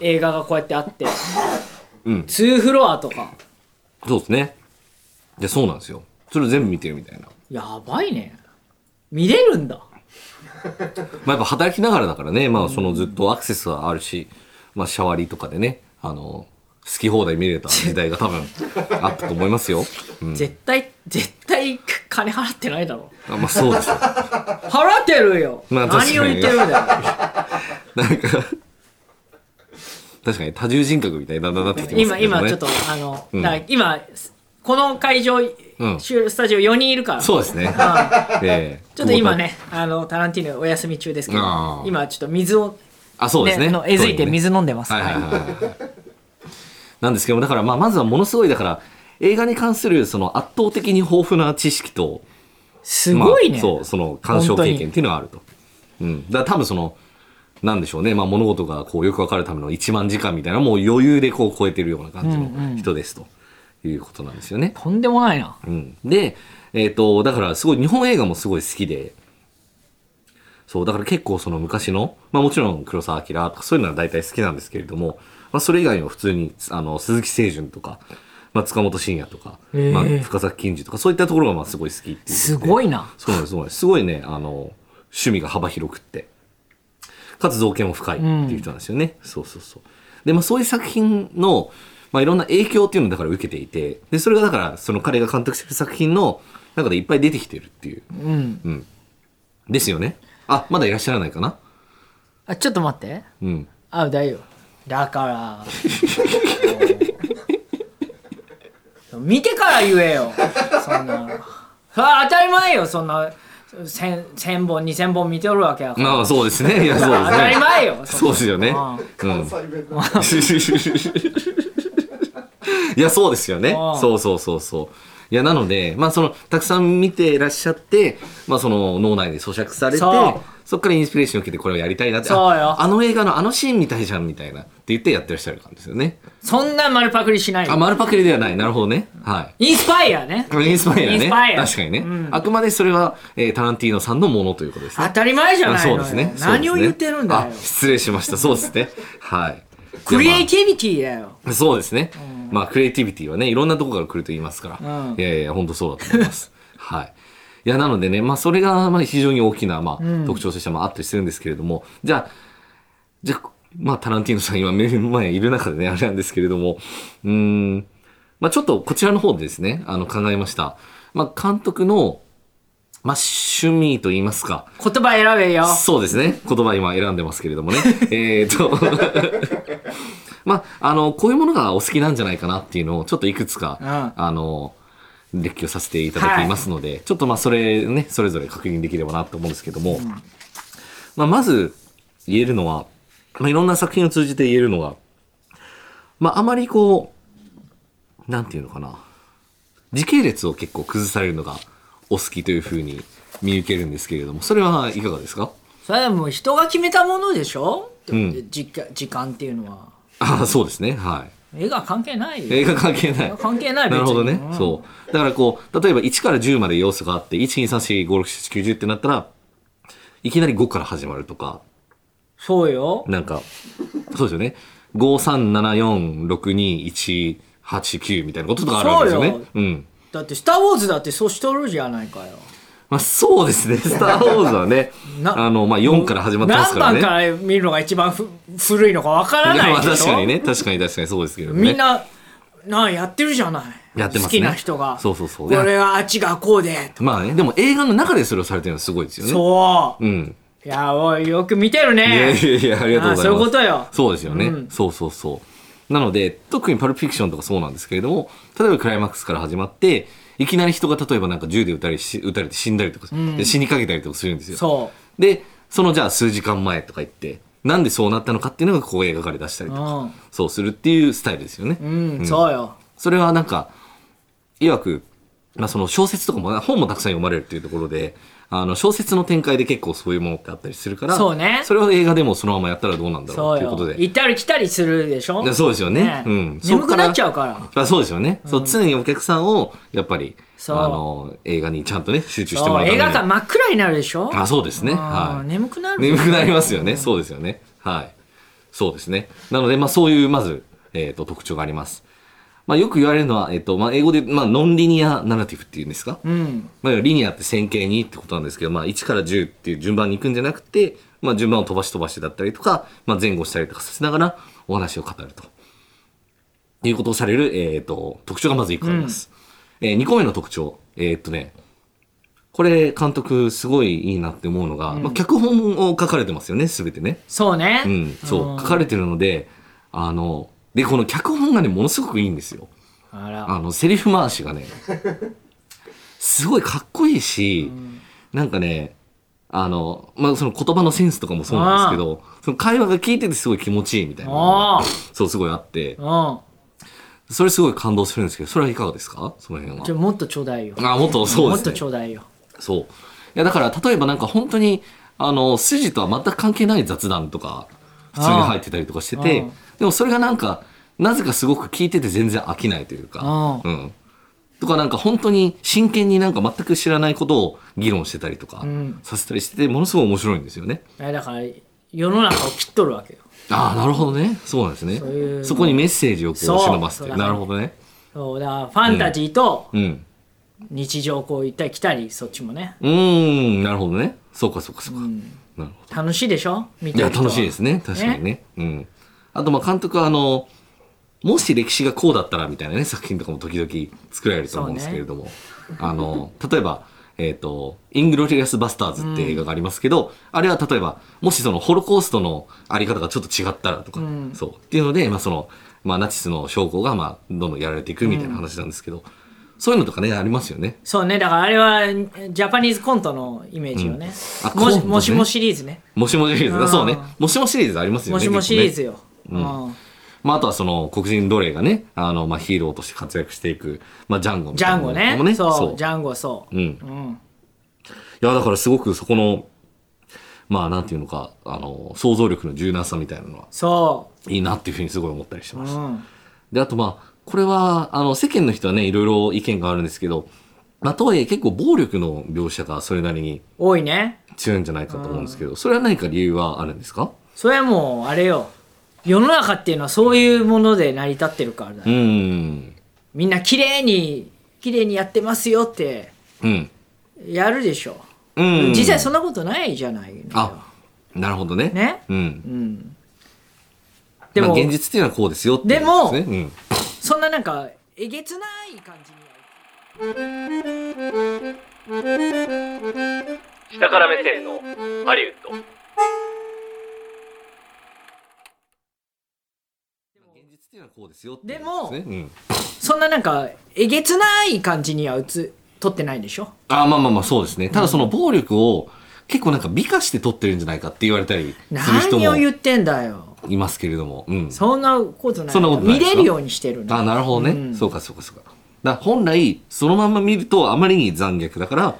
[SPEAKER 3] 映画がこうやってあって
[SPEAKER 4] うん。
[SPEAKER 3] 2フロアとか
[SPEAKER 4] そうですね。いや、そうなんですよ。それを全部見てるみたいな。
[SPEAKER 3] やばいね見れるんだ
[SPEAKER 4] まあやっぱ働きながらだからね、まあそのずっとアクセスはあるし、まあシャワリとかでね、あの、好き放題見れた時代が多分あったと思いますよ。うん。
[SPEAKER 3] 絶対絶対金払ってないだろ
[SPEAKER 4] あまあそうですよ。
[SPEAKER 3] 払ってるよ、
[SPEAKER 4] まあ確
[SPEAKER 3] 何を
[SPEAKER 4] かに
[SPEAKER 3] 言ってるんだよ
[SPEAKER 4] なんか、確かに多重人格みたいにだんだんなってきてま
[SPEAKER 3] 今
[SPEAKER 4] すけどね。
[SPEAKER 3] 今ちょっとあの、
[SPEAKER 4] うん
[SPEAKER 3] だから今この会場、
[SPEAKER 4] ん
[SPEAKER 3] 収録スタジオ4人いるから
[SPEAKER 4] そうですね。
[SPEAKER 3] うん
[SPEAKER 4] ええ
[SPEAKER 3] ちょっと今。ねあのタランティーノお休み中ですけど
[SPEAKER 4] あー
[SPEAKER 3] 今ちょっと水を、
[SPEAKER 4] あ、そうですね。
[SPEAKER 3] ねのえずいて
[SPEAKER 4] そうですね
[SPEAKER 3] 水飲んでます、
[SPEAKER 4] はいはいはいはい。なんですけども、だからまあまずはものすごい、だから映画に関するその圧倒的に豊富な知識と、
[SPEAKER 3] すごいね、
[SPEAKER 4] まあそう、その鑑賞経験っていうのはあると。うん。だから多分その、なんでしょうね。まあ物事がこうよくわかるための1万時間みたいな、もう余裕でこう超えてるような感じの人ですということなんですよね。
[SPEAKER 3] とんでもないな
[SPEAKER 4] うん、で、えっ、と、だからすごい、日本映画もすごい好きで、そう、だから結構その昔の、まあもちろん黒澤明とかそういうのは大体好きなんですけれども、まあそれ以外にも普通に、あの、鈴木清純とか、まあ塚本慎也とか、
[SPEAKER 3] へえ
[SPEAKER 4] まあ深作金次とか、そういったところがまあすごい好きっていうことで。
[SPEAKER 3] すごいな
[SPEAKER 4] そうなんです、そうなんです。すごいね、あの、趣味が幅広くって、かつ造形も深いっていう人なんですよね。そうそうそう。で、まあそういう作品の、まあいろんな影響っていうのをだから受けていて、で、それがだから、その彼が監督してる作品の中でいっぱい出てきてるっていう。
[SPEAKER 3] うん
[SPEAKER 4] うん。ですよね。あ、まだいらっしゃらないかな
[SPEAKER 3] あちょっと待って
[SPEAKER 4] うん。
[SPEAKER 3] あ大丈夫だから見てから言えよそんなあ当たり前よそんな千千本二千本見ておるわけやから
[SPEAKER 4] ああ、そうですね。いや、そうですね。
[SPEAKER 3] 当たり前よ
[SPEAKER 4] そうですよね。うん。いや、そうですよね
[SPEAKER 3] うん。
[SPEAKER 4] そうそうそうそう。いや、なので、まあ、その、たくさん見ていらっしゃって、まあ、その、脳内で咀嚼されて
[SPEAKER 3] そう、
[SPEAKER 4] そっからインスピレーションを受けてこれをやりたいなって、
[SPEAKER 3] そうよ
[SPEAKER 4] ああの映画のあのシーンみたいじゃんみたいなって言ってやってらっしゃる感じですよね。
[SPEAKER 3] そんな丸パクリしない
[SPEAKER 4] あ、
[SPEAKER 3] よ
[SPEAKER 4] 丸パクリではない。なるほどね。はい。
[SPEAKER 3] インスパイアね
[SPEAKER 4] インスパイアね。
[SPEAKER 3] インスパイア
[SPEAKER 4] 確かにね。
[SPEAKER 3] うん
[SPEAKER 4] あくまでそれは、えータランティーノさんのものということですね。
[SPEAKER 3] 当たり前じゃないのよ
[SPEAKER 4] あそうですね。
[SPEAKER 3] 何を
[SPEAKER 4] そうですね
[SPEAKER 3] 言ってるんだよ
[SPEAKER 4] あ失礼しました。そうですね。はい。
[SPEAKER 3] クリエイ
[SPEAKER 4] テ
[SPEAKER 3] ティビティだよ
[SPEAKER 4] ィそうですね。まあ、クリエイティビティはね、いろんなとこから来ると言いますから。
[SPEAKER 3] うん
[SPEAKER 4] いやいや、本当そうだと思います。 はい。いや、なのでね、まあ、それが、まあ、非常に大きな、まあ、特徴としてもあったりするんですけれども、じゃあ、じゃあまあ、タランティーノさん今目の前にいる中でね、あれなんですけれども、うーん、まあちょっとこちらの方でですね、あの考えました。まあ監督の、まあ趣味と言いますか、
[SPEAKER 3] 言葉選べよ。
[SPEAKER 4] そうですね。言葉今選んでますけれど もね。えっと。まあ、あの、こういうものがお好きなんじゃないかなっていうのを、ちょっといくつか、
[SPEAKER 3] う
[SPEAKER 4] あの、列挙させていただいていますので、ちょっとまあ、それね、それぞれ確認できればなと思うんですけども、まあ、まず言えるのは、まあ、いろんな作品を通じて言えるのは、まあ、あまりこう、なんていうのかな、時系列を結構崩されるのがお好きというふうに見受けるんですけれども、それはいかがですか
[SPEAKER 3] それはもう人が決めたものでしょ、
[SPEAKER 4] うん
[SPEAKER 3] 時間時間っていうのは。
[SPEAKER 4] ああ、そうですね。はい。
[SPEAKER 3] 映画関係ないよ。
[SPEAKER 4] 映画関 係ない。
[SPEAKER 3] 関係ない
[SPEAKER 4] なるほどね。
[SPEAKER 3] うん
[SPEAKER 4] そう。だからこう、例えば1から10まで要素があって、1、2、3、4、5、6、7、9、10ってなったら、いきなり5から始まるとか、
[SPEAKER 3] そうよ。
[SPEAKER 4] なんか、そうですよね。5、3、7、4、6、2、1、8、9みたいなこととかあるわけですよね。
[SPEAKER 3] そうよ
[SPEAKER 4] うん。
[SPEAKER 3] だって、スター・ウォーズだってそうしとるじゃないかよ。
[SPEAKER 4] まあそ うですね。スター・ウォーズはね、
[SPEAKER 3] な
[SPEAKER 4] あの、まあ4から始まってますからね。
[SPEAKER 3] 何番から見るのが一番ふ古いのかわからないい
[SPEAKER 4] やま
[SPEAKER 3] で
[SPEAKER 4] あ
[SPEAKER 3] しょ
[SPEAKER 4] 確かにね。確かに確かにそうですけどね。
[SPEAKER 3] みんな、なあやってるじゃない。
[SPEAKER 4] やってますね
[SPEAKER 3] 好きな人が。
[SPEAKER 4] そうそうそう
[SPEAKER 3] これはあっちがこうで。
[SPEAKER 4] まあね、でも映画の中でそれをされてるのはすごいですよね。
[SPEAKER 3] そう。
[SPEAKER 4] うん。
[SPEAKER 3] いや、おい、よく見てる
[SPEAKER 4] いや
[SPEAKER 3] ね。
[SPEAKER 4] いやいや、ありがとうございます。
[SPEAKER 3] あそういうことよ
[SPEAKER 4] そうですよね。
[SPEAKER 3] うん
[SPEAKER 4] そうそうそう。なので、特にパルプフィクションとかそうなんですけれども、例えばクライマックスから始まって、いきなり人が例えばなんか銃で撃たれし撃たれて死んだりとか、
[SPEAKER 3] ん
[SPEAKER 4] で死にかけたりとかするんですよ。
[SPEAKER 3] そ
[SPEAKER 4] で、そのじゃあ数時間前とか言って、なんでそうなったのかっていうのがこう描かれ出したり
[SPEAKER 3] う。
[SPEAKER 4] と
[SPEAKER 3] う
[SPEAKER 4] か、
[SPEAKER 3] ん。
[SPEAKER 4] そうするっていうスタイルですよね。
[SPEAKER 3] うん、そうよ。
[SPEAKER 4] それはなんか、いわく、まあその小説とかも、本もたくさん読まれるっていうところで、あの小説の展開で結構そういうものってあったりするから、
[SPEAKER 3] そうね
[SPEAKER 4] それを映画でもそのままやったらどうなんだ
[SPEAKER 3] そ
[SPEAKER 4] ろうっ
[SPEAKER 3] う
[SPEAKER 4] ていう
[SPEAKER 3] よ
[SPEAKER 4] こと。で。
[SPEAKER 3] 行ったり来たりするでしょ
[SPEAKER 4] いやそうですよねうんそっ
[SPEAKER 3] 眠
[SPEAKER 4] か
[SPEAKER 3] く
[SPEAKER 4] ら
[SPEAKER 3] なっちゃうから。
[SPEAKER 4] あそうですよね、そう常にお客さんをやっぱりあ
[SPEAKER 3] そう
[SPEAKER 4] の映画にちゃんとね集中しても
[SPEAKER 3] そう
[SPEAKER 4] らうため
[SPEAKER 3] 映
[SPEAKER 4] に
[SPEAKER 3] 画館真っ暗になるでしょ
[SPEAKER 4] あそうですね
[SPEAKER 3] うん
[SPEAKER 4] は
[SPEAKER 3] 眠くないる。
[SPEAKER 4] 眠くなりますよねそうですよねはいそうですねなのでまあそういうまず、えー、と特徴があります、まあ、よく言われるのは、えーとまあ、英語で、まあ、ノンリニアナラティブっていうんですか、
[SPEAKER 3] うん。
[SPEAKER 4] まあ、リニアって線形にってことなんですけど、まあ、1から10っていう順番に行くんじゃなくて、まあ、順番を飛ばし飛ばしてだったりとか、まあ、前後したりとかさせながらお話を語ると。いうことをされる、えっ、と、特徴がまず1個あります。え2個目の特徴。えーっとね、これ、監督、すごいいいなって思うのが、まあ、脚本を書かれてますよね、すべてね。
[SPEAKER 3] そうね。
[SPEAKER 4] うん、そう、書かれてるので、あの、で、この脚本がね、ものすごくいいんですよ。
[SPEAKER 3] あら。
[SPEAKER 4] あの、セリフ回しがね、すごいかっこいいし、なんかね、あの、まあ、その言葉のセンスとかもそうなんですけど、その会話が聞いててすごい気持ちいいみたいなのが
[SPEAKER 3] あ、
[SPEAKER 4] そうすごいあって、
[SPEAKER 3] うん。
[SPEAKER 4] それすごい感動するんですけど、それはいかがですかその辺は
[SPEAKER 3] じゃ。あもっとちょうだいよ。
[SPEAKER 4] あ、もっとそう
[SPEAKER 3] も
[SPEAKER 4] で
[SPEAKER 3] っ
[SPEAKER 4] す
[SPEAKER 3] と
[SPEAKER 4] ね
[SPEAKER 3] ち。ょうだいよ。
[SPEAKER 4] そう。いや、だから、例えばなんか本当に、あの、筋とは全く関係ない雑談とか、普通に入ってたりとかして
[SPEAKER 3] う
[SPEAKER 4] て
[SPEAKER 3] ん、
[SPEAKER 4] でもそれがなんか、なぜかすごく聞いてて全然飽きないというか、
[SPEAKER 3] う
[SPEAKER 4] うん。とかなんか本当に真剣になんか全く知らないことを議論してたりとか
[SPEAKER 3] ん
[SPEAKER 4] させたりしてて、ものすごい面白いんですよね。
[SPEAKER 3] あれだから、世の中を切っとるわけよ。
[SPEAKER 4] ああ、なるほどね。そうなんですね。そ
[SPEAKER 3] そういうの
[SPEAKER 4] こにメッセージをこう
[SPEAKER 3] そう
[SPEAKER 4] 忍ばせて。
[SPEAKER 3] そうだね
[SPEAKER 4] なるほどね。
[SPEAKER 3] そうだからファンタジーと
[SPEAKER 4] うん。
[SPEAKER 3] 日常をこう行ったり来たり、そっちもね。
[SPEAKER 4] うーん、なるほどね。そうかそうかそうか。なるほど。
[SPEAKER 3] 楽しいでしょ見
[SPEAKER 4] い
[SPEAKER 3] て
[SPEAKER 4] や、
[SPEAKER 3] る人は
[SPEAKER 4] 楽しいですね。確かにね。うん。あと、まあ、監督は、あの、もし歴史がこうだったらみたいなね、作品とかも時々作られると思うんですけれども、あの、例えば、えっ、と、イングロリアス・バスターズって映画がありますけど、あれは例えば、もしそのホロコーストのあり方がちょっと違ったらとか、
[SPEAKER 3] ん
[SPEAKER 4] そう。っていうので、まあ、その、まあ、ナチスの将校が、まあ、どんどんやられていくみたいな話なんですけど、そういうのとかね、ありますよね。
[SPEAKER 3] そうね、だからあれはジャパニーズコントのイメージよね。
[SPEAKER 4] あ
[SPEAKER 3] も
[SPEAKER 4] コン
[SPEAKER 3] し
[SPEAKER 4] トね
[SPEAKER 3] もしもシリーズね。
[SPEAKER 4] もしもシリーズ、
[SPEAKER 3] うん
[SPEAKER 4] そうね。もしもシリーズありますよね。
[SPEAKER 3] もしもシリーズ
[SPEAKER 4] よ
[SPEAKER 3] よ。うん
[SPEAKER 4] まあ、あとはその黒人奴隷がね、あの、まあ、ヒーローとして活躍していく、まあ、ジャンゴみ
[SPEAKER 3] ジ
[SPEAKER 4] たい
[SPEAKER 3] ャ
[SPEAKER 4] な
[SPEAKER 3] ンゴね
[SPEAKER 4] も。
[SPEAKER 3] そう、ジ
[SPEAKER 4] う。
[SPEAKER 3] ャンゴそう。
[SPEAKER 4] うん。
[SPEAKER 3] うん。
[SPEAKER 4] いや、だからすごくそこの、まあ、なんていうのか、あの、想像力の柔軟さみたいなのは、
[SPEAKER 3] そ
[SPEAKER 4] いいなっていうふうにすごい思ったりして
[SPEAKER 3] う。う
[SPEAKER 4] ました。
[SPEAKER 3] ん。
[SPEAKER 4] で、あとまあ、これは、あの、世間の人はね、いろいろ意見があるんですけど、まあ、とはいえ結構暴力の描写がそれなりに
[SPEAKER 3] 多いね。
[SPEAKER 4] 強いんじゃないかと思うんですけど、それは何か理由はあるんですか
[SPEAKER 3] それはもう、あれよ。世の中っていうのはそういうもので成り立ってるからだ
[SPEAKER 4] う。ーん。
[SPEAKER 3] みんな綺麗に、綺麗にやってますよって、
[SPEAKER 4] うん。
[SPEAKER 3] やるでしょ。
[SPEAKER 4] うん。
[SPEAKER 3] 実際そんなことないじゃないのよ
[SPEAKER 4] あ、なるほどね。
[SPEAKER 3] ね
[SPEAKER 4] うん。
[SPEAKER 3] うん。でも
[SPEAKER 4] まあ現実っていうのはこうですよっていう
[SPEAKER 3] でも
[SPEAKER 4] ことすねうん
[SPEAKER 3] そんななんかえげつない感じには
[SPEAKER 1] 下から目線のハリウッド
[SPEAKER 4] 現実っていうのはこうですよって
[SPEAKER 3] で
[SPEAKER 4] いう
[SPEAKER 3] も
[SPEAKER 4] ことすねうん
[SPEAKER 3] そんななんかえげつない感じには映撮ってないんでしょ
[SPEAKER 4] あまあまあまあそうですねただその暴力を結構なんか美化して取ってるんじゃないかって言われたりする人
[SPEAKER 3] 何を
[SPEAKER 4] も
[SPEAKER 3] 言ってんだよ
[SPEAKER 4] いますけれども、うん、
[SPEAKER 3] そんなことない
[SPEAKER 4] そんなことな
[SPEAKER 3] 見
[SPEAKER 4] いでしょ
[SPEAKER 3] れるようにしてるの
[SPEAKER 4] あなるほどね、
[SPEAKER 3] うん
[SPEAKER 4] そうかそうかそうかだから本来そのまんま見るとあまりに残虐だから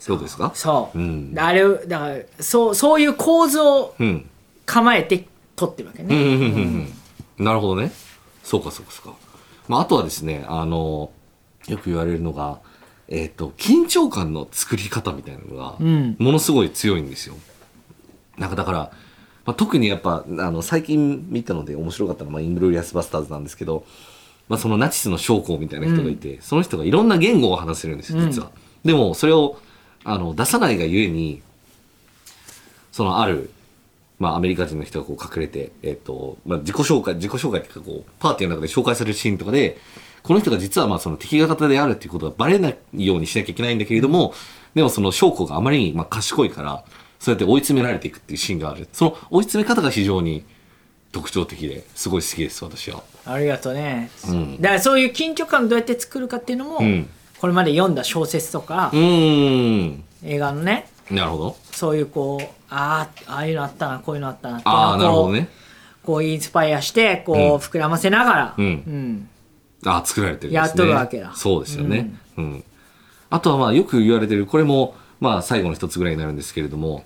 [SPEAKER 4] そうですか
[SPEAKER 3] そう、
[SPEAKER 4] うん
[SPEAKER 3] あれだからそうそういう構図を
[SPEAKER 4] うん
[SPEAKER 3] 構えて撮ってるわけ
[SPEAKER 4] うん
[SPEAKER 3] ね、
[SPEAKER 4] うんうんうんうんなるほどねそうかそうかそうか、まあ、あとはですねあのよく言われるのがえっ、と緊張感の作り方みたいなのが
[SPEAKER 3] うん
[SPEAKER 4] ものすごい強いんですよ、なんかだから、まあ、特にやっぱあの最近見たので面白かったのは、まあ、イングロリアス・バスターズなんですけど、まあ、そのナチスの将校みたいな人がいて、その人がいろんな言語を話せるんですよ実は、でもそれをあの出さないがゆえにそのある、まあ、アメリカ人の人がこう隠れて、えっとまあ、自己紹介自己紹介っていうかこうパーティーの中で紹介するシーンとかでこの人が実はまあその敵方であるっていうことがバレないようにしなきゃいけないんだけれどもでもその将校があまりにまあ賢いからそうやって追い詰められていくっていうシーンがあるその追い詰め方が非常に特徴的ですごい好きです私は。
[SPEAKER 3] ありがとうね、
[SPEAKER 4] うん
[SPEAKER 3] だからそういう緊張感をどうやって作るかっていうのも、
[SPEAKER 4] うん
[SPEAKER 3] これまで読んだ小説とか
[SPEAKER 4] う、ーん
[SPEAKER 3] 映画のね
[SPEAKER 4] なるほど。
[SPEAKER 3] そういうこうあーああいうのあったなこういうのあったなっていうのを
[SPEAKER 4] ああなるほ
[SPEAKER 3] こう
[SPEAKER 4] どね。
[SPEAKER 3] こうインスパイアしてこう
[SPEAKER 4] うん
[SPEAKER 3] 膨らませながら、
[SPEAKER 4] うん
[SPEAKER 3] ん
[SPEAKER 4] あ作られてるんです
[SPEAKER 3] や
[SPEAKER 4] ね。
[SPEAKER 3] っとるわけだ
[SPEAKER 4] そうですよね。うん。あとはまあよく言われてる、これもまあ最後の一つぐらいになるんですけれども、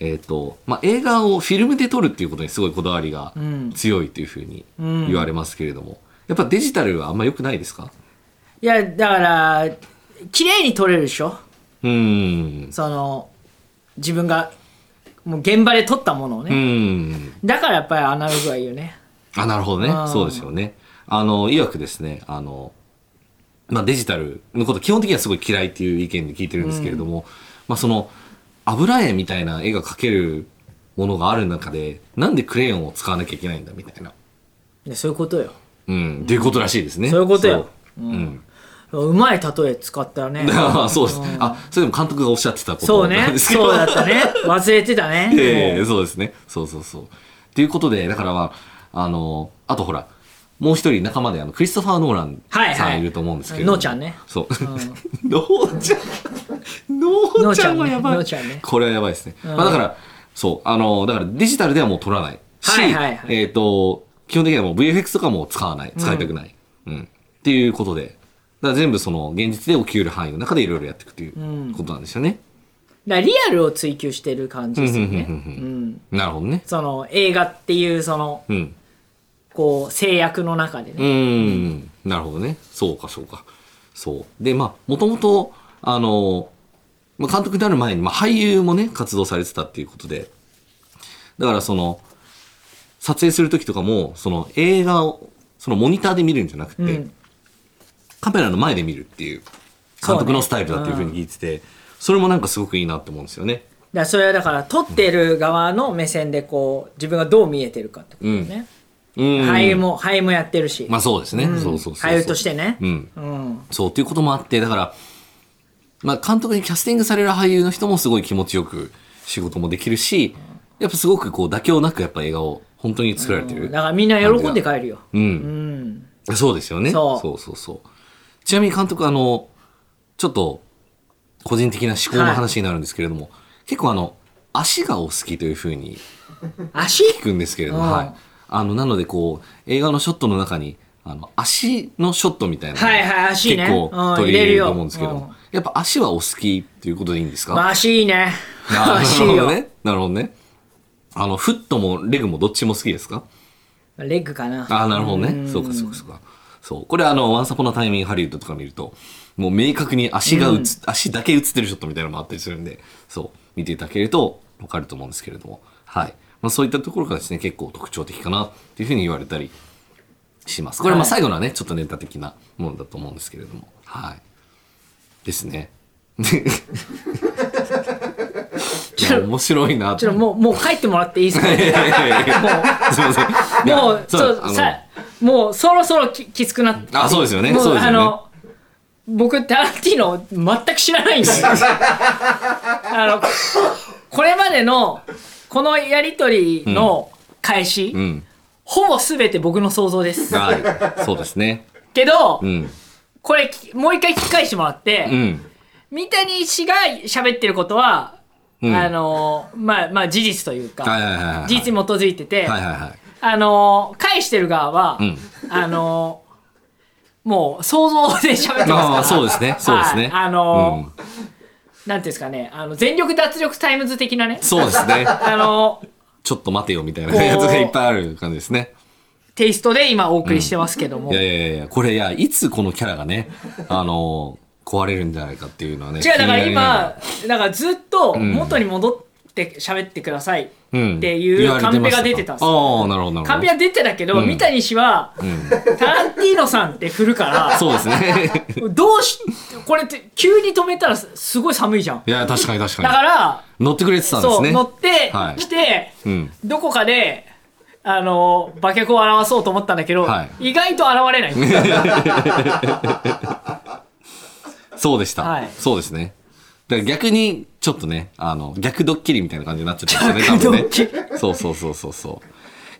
[SPEAKER 4] えっ、と、まあ映画をフィルムで撮るっていうことにすごいこだわりが
[SPEAKER 3] うん
[SPEAKER 4] 強いというふうに
[SPEAKER 3] うん
[SPEAKER 4] 言われますけれども、やっぱデジタルはあんま良くないですか
[SPEAKER 3] いやだから綺麗に撮れるでしょ
[SPEAKER 4] うーん。
[SPEAKER 3] その自分がもう現場で撮ったものを
[SPEAKER 4] う
[SPEAKER 3] ね、
[SPEAKER 4] ーん。
[SPEAKER 3] だからやっぱりアナログはいいよね
[SPEAKER 4] あ、なるほどね
[SPEAKER 3] あー。
[SPEAKER 4] そうですよね。あの、いわくですね、あの、まあ、デジタルのこと基本的にはすごい嫌いっていう意見で聞いてるんですけれども、まあ、その、油絵みたいな絵が描けるものがある中で、なんでクレヨンを使わなきゃいけないんだみたいな。
[SPEAKER 3] でそういうことよ
[SPEAKER 4] うん、っていうことらしいですね。
[SPEAKER 3] そういうことよ
[SPEAKER 4] そう。うん。
[SPEAKER 3] うまい例え使った ね
[SPEAKER 4] そうです。あ、それでも監督がおっしゃってたこ
[SPEAKER 3] そ
[SPEAKER 4] と
[SPEAKER 3] う
[SPEAKER 4] な
[SPEAKER 3] ね
[SPEAKER 4] んですけど。
[SPEAKER 3] そうだったね忘れてたね、
[SPEAKER 4] ええ
[SPEAKER 3] もう
[SPEAKER 4] そうですね。そうそうそう。っていうことで、だからまあ、あの、あとほら、もう一人仲間であの、クリストファー・ノーラン
[SPEAKER 3] はいはい
[SPEAKER 4] さんいると思うんですけれども。
[SPEAKER 3] のーちゃんね
[SPEAKER 4] そう。 のーちゃん、のーちゃんはやばい。
[SPEAKER 3] のーちゃんねのーちゃんね
[SPEAKER 4] これはやばいですね。
[SPEAKER 3] うん
[SPEAKER 4] まあだから、そう、あの、だからデジタルではもう撮らない。し、
[SPEAKER 3] はいはいはい
[SPEAKER 4] えっ、と、基本的にはもう VFX とかも使わない。使いたくない。うん。っていうことで。だから全部その現実で起きうる範囲の中でいろいろやっていくとい
[SPEAKER 3] ん
[SPEAKER 4] うことなんですよね。
[SPEAKER 3] だからリアルを追求してる感じですよね、
[SPEAKER 4] う
[SPEAKER 3] うん、
[SPEAKER 4] うんうんうんなるほどね。
[SPEAKER 3] その映画っていうその
[SPEAKER 4] うん。
[SPEAKER 3] こう制約の中で
[SPEAKER 4] う
[SPEAKER 3] ね、
[SPEAKER 4] ーん、なるほどね。そうか、そうか。そう。で、まあ、もともと、あの、まあ、監督になる前に、まあ、俳優もね、活動されてたっていうことで、だからその、撮影するときとかも、その映画を、そのモニターで見るんじゃなくて、
[SPEAKER 3] うん
[SPEAKER 4] カメラの前で見るっていう、監督のスタイルだっていうふうに聞いてて、それもなんかすごくいいなって思うんですよね。
[SPEAKER 3] だからそれはだから撮ってる側の目線でこう自分がどう見えてるかってことだよね、
[SPEAKER 4] うん。
[SPEAKER 3] 俳優も俳優もやってるし、
[SPEAKER 4] まあそうですね。
[SPEAKER 3] うん
[SPEAKER 4] そうそうそうそう。
[SPEAKER 3] 俳優としてね
[SPEAKER 4] うん。
[SPEAKER 3] うん
[SPEAKER 4] そう、ということもあって、だから、まあ、監督にキャスティングされる俳優の人もすごい気持ちよく仕事もできるし、やっぱすごくこう妥協なくやっぱ映画を本当に作られてる。
[SPEAKER 3] だからみんな喜んで帰るよ、
[SPEAKER 4] う。
[SPEAKER 3] うんん、
[SPEAKER 4] そうですよね。
[SPEAKER 3] そう
[SPEAKER 4] そうそうそうちなみに監督、あの、ちょっと個人的な思考の話になるんですけれども、結構あの、足がお好きというふうに
[SPEAKER 3] 足
[SPEAKER 4] 聞くんですけれども、
[SPEAKER 3] うん
[SPEAKER 4] はい。あの、なのでこう、映画のショットの中に、あの、足のショットみたいなのを。
[SPEAKER 3] はいはい足ね
[SPEAKER 4] 結構
[SPEAKER 3] うん
[SPEAKER 4] 取り入れると思うんですけど、
[SPEAKER 3] 入れるよ
[SPEAKER 4] やっぱ足はお好きっていうことでいいんですか、
[SPEAKER 3] まあ足いいね
[SPEAKER 4] あ
[SPEAKER 3] 足
[SPEAKER 4] なる
[SPEAKER 3] いい
[SPEAKER 4] ほ
[SPEAKER 3] よ、
[SPEAKER 4] どね。なるほどね。あの、フットもレグもどっちも好きですか
[SPEAKER 3] レッグかな
[SPEAKER 4] ああ、なるほど
[SPEAKER 3] ん
[SPEAKER 4] ね。そうかそうかそうか。そう。これあの、ワンサポのタイミングハリウッドとか見ると、もう明確に足が映っ、足だけ映ってるショットみたいなのもあったりするんで、そう、見ていただけるとわかると思うんですけれども、はい。まあそういったところがですね、結構特徴的かなっていうふうに言われたりします。これはまあ
[SPEAKER 3] はい
[SPEAKER 4] 最後のはね、ちょっとネタ的なものだと思うんですけれども、はい。ですね。 いや面白いな
[SPEAKER 3] ちょっともう、もう帰ってもらっていいですか
[SPEAKER 4] いやいやいやすいませんいや
[SPEAKER 3] もう、ち
[SPEAKER 4] そ
[SPEAKER 3] ょっ
[SPEAKER 4] あ
[SPEAKER 3] と
[SPEAKER 4] の
[SPEAKER 3] さ、もうそろそろききつくなって。
[SPEAKER 4] あそうですよね
[SPEAKER 3] も
[SPEAKER 4] そうですよね
[SPEAKER 3] あの、僕、タランティーノ全く知らないん ですよ。あの、これまでの、このやりとりの開始、
[SPEAKER 4] うん
[SPEAKER 3] ほぼ全て僕の想像です。
[SPEAKER 4] はいそうですね
[SPEAKER 3] けど、
[SPEAKER 4] うん
[SPEAKER 3] これき、もう一回聞き返してもらって、
[SPEAKER 4] うん
[SPEAKER 3] 三谷氏が喋ってることは、
[SPEAKER 4] うん
[SPEAKER 3] あの、まあ、まあ、事実というか、
[SPEAKER 4] はいはいはいはい
[SPEAKER 3] 事実に基づいてて、
[SPEAKER 4] はいはいはい
[SPEAKER 3] あのー返してる側は、
[SPEAKER 4] うん
[SPEAKER 3] あのーもう想像で喋ってますから。
[SPEAKER 4] ああそうですねそうですね
[SPEAKER 3] はいあ
[SPEAKER 4] うん
[SPEAKER 3] のーなんていうんですかね、あの、全力脱力タイムズ的なね、
[SPEAKER 4] そうですね
[SPEAKER 3] あのー
[SPEAKER 4] ちょっと待てよみたいなやつがいっぱいある感じですね
[SPEAKER 3] テイストで今お送りしてますけども。
[SPEAKER 4] いやいやいやこれいやいつこのキャラがねあの壊れるんじゃないかっていうのはね
[SPEAKER 3] 違う、だから
[SPEAKER 4] 気になりながら
[SPEAKER 3] 今、だからずっと
[SPEAKER 4] ん
[SPEAKER 3] 元に戻って喋ってくださいっ
[SPEAKER 4] うん
[SPEAKER 3] ていうカンペが出てたんですよ。
[SPEAKER 4] ああなるほどなるほど
[SPEAKER 3] カンペが出てたけど、
[SPEAKER 4] うん
[SPEAKER 3] 三谷氏は、タランティーノさんって振るから、
[SPEAKER 4] そうですね
[SPEAKER 3] どうし、これって急に止めたらすすごい寒いじゃん。
[SPEAKER 4] いや確かに確かに
[SPEAKER 3] だから、
[SPEAKER 4] 乗ってくれてたんで
[SPEAKER 3] そ
[SPEAKER 4] す
[SPEAKER 3] う、
[SPEAKER 4] ね
[SPEAKER 3] 乗って
[SPEAKER 4] はい
[SPEAKER 3] きて、
[SPEAKER 4] うん
[SPEAKER 3] どこかで、あの、馬脚を表そうと思ったんだけど、
[SPEAKER 4] は
[SPEAKER 3] 意外と現れない。
[SPEAKER 4] そうでした、
[SPEAKER 3] はい
[SPEAKER 4] そうですねだから逆にちょっとねあの逆ドッキリみたいな感じになっちゃったんですよ
[SPEAKER 3] 逆
[SPEAKER 4] ね多
[SPEAKER 3] ド
[SPEAKER 4] 分
[SPEAKER 3] ッキリ
[SPEAKER 4] ねそうそうそうそうそう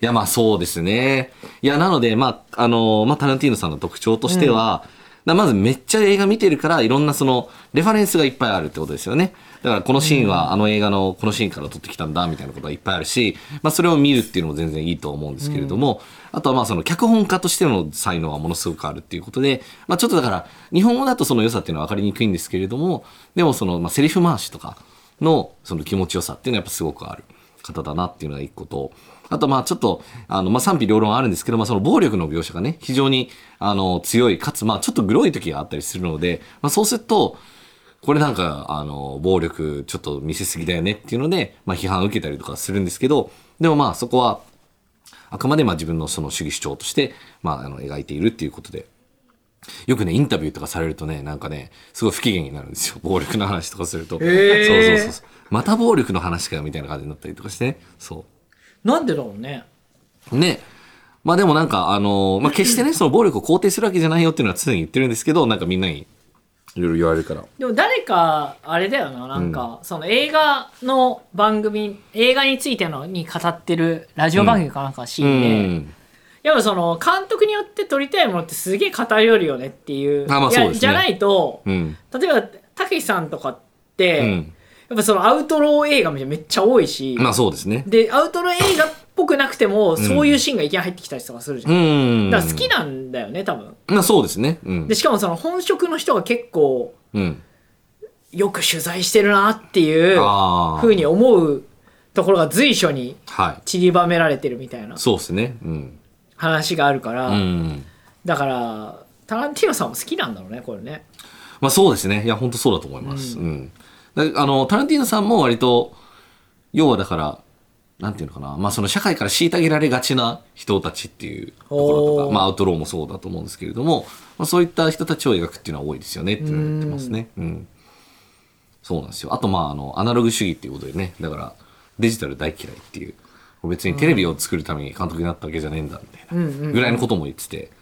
[SPEAKER 4] いやまあそうですねいやなのでまああのまあタランティーノさんの特徴としては、だからまずめっちゃ映画見てるからいろんなそのレファレンスがいっぱいあるってことですよねだからこのシーンはあの映画のこのシーンから撮ってきたんだみたいなことがいっぱいあるし、まあ、それを見るっていうのも全然いいと思うんですけれども、あとはまあその脚本家としての才能はものすごくあるっていうことで、まあ、ちょっとだから日本語だとその良さっていうのは分かりにくいんですけれどもでもそのまあセリフ回しとかのその気持ちよさっていうのはやっぱすごくある方だなっていうのが一個と、あとまあちょっと、あの、まあ賛否両論あるんですけど、まあその暴力の描写がね、非常にあの強い、かつまあちょっとグロい時があったりするので、まあそうすると、これなんか、あの、暴力ちょっと見せすぎだよねっていうので、まあ批判を受けたりとかするんですけど、でもまあそこは、あくまでまあ自分のその主義主張として、まああの描いているっていうことで、よくね、インタビューとかされるとね、なんかね、すごい不機嫌になるんですよ。 暴力の話とかすると。
[SPEAKER 3] ー
[SPEAKER 4] そうそうそうそう。また暴力の話かよ、みたいな感じになったりとかしてね。そう。
[SPEAKER 3] なんでだろうね。
[SPEAKER 4] ね。まあでもなんか、あのまあ決してね、その暴力を肯定するわけじゃないよっていうのは常に言ってるんですけど、なんかみんなにいろいろ言われるから。
[SPEAKER 3] でも誰か、あれだよな、なんか、その映画の番組、映画についてのに語ってるラジオ番組かなんかシ
[SPEAKER 4] う
[SPEAKER 3] ーンで、
[SPEAKER 4] ん。
[SPEAKER 3] やっぱその監督によって撮りたいものってすげえ偏るよねっていう。
[SPEAKER 4] あまあ
[SPEAKER 3] いや
[SPEAKER 4] そうですね
[SPEAKER 3] じゃないと、
[SPEAKER 4] うん。
[SPEAKER 3] 例えば、たけしさんとかって、
[SPEAKER 4] うん。
[SPEAKER 3] やっぱそのアウトロー映画めっちゃ多いし、
[SPEAKER 4] まあそうですね。
[SPEAKER 3] で、アウトロー映画っぽくなくても、そういうシーンがいきなり入ってきたりとかするじゃん。
[SPEAKER 4] うん。
[SPEAKER 3] だから好きなんだよね、多分。
[SPEAKER 4] まあそうですね。うん
[SPEAKER 3] で、。しかもその本職の人が結構、
[SPEAKER 4] うん。
[SPEAKER 3] よく取材してるなっていう
[SPEAKER 4] ああ。
[SPEAKER 3] ふうに思うところが随所に
[SPEAKER 4] はい。
[SPEAKER 3] 散りばめられてるみたいな
[SPEAKER 4] そうですね。うん。
[SPEAKER 3] 話があるから、
[SPEAKER 4] うん。
[SPEAKER 3] だから、タランティーノさんも好きなんだろうね、これね。
[SPEAKER 4] まあそうですね。いや、本当そうだと思います。うん。だあの、タランティーノさんも割と、要はだから、なんていうのかな。まあその社会から虐げられがちな人たちっていうところと
[SPEAKER 3] おー
[SPEAKER 4] か、まあアウトローもそうだと思うんですけれども、まあそういった人たちを描くっていうのは多いですよねっていうのは言ってますね。うん。そうなんですよ。あとまああの、アナログ主義っていうことでね、だからデジタル大嫌いっていう、別にテレビを作るために監督になったわけじゃねえんだみたいなぐらいのことも言ってて、だか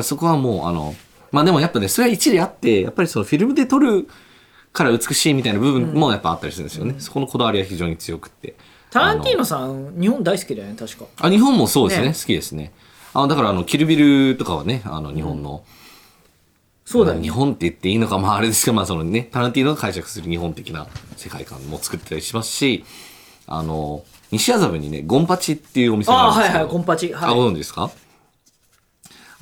[SPEAKER 4] らそこはもうあの、まあでもやっぱね、それは一理あって、やっぱりそのフィルムで撮るから美しいみたいな部分もやっぱあったりするんですよね。そこのこだわりは非常に強くって。
[SPEAKER 3] タランティー
[SPEAKER 4] あの
[SPEAKER 3] ノさん、日本大好きだよね、確か。
[SPEAKER 4] あ、日本もそうですね、
[SPEAKER 3] ね
[SPEAKER 4] 好きですね。あのだからあの、キルビルとかはね、あの日本の、
[SPEAKER 3] そうだよね
[SPEAKER 4] 日。本って言っていいのか、まああれですけど、まあそのね、タランティーノが解釈する日本的な世界観も作ってたりしますし、あの、西麻布にね、ゴンパチっていうお店があ
[SPEAKER 3] あ
[SPEAKER 4] るん
[SPEAKER 3] あ、はい
[SPEAKER 4] ですけど、
[SPEAKER 3] はい、コンパチ。
[SPEAKER 4] あ、
[SPEAKER 3] は
[SPEAKER 4] ご
[SPEAKER 3] い。
[SPEAKER 4] 存知ですか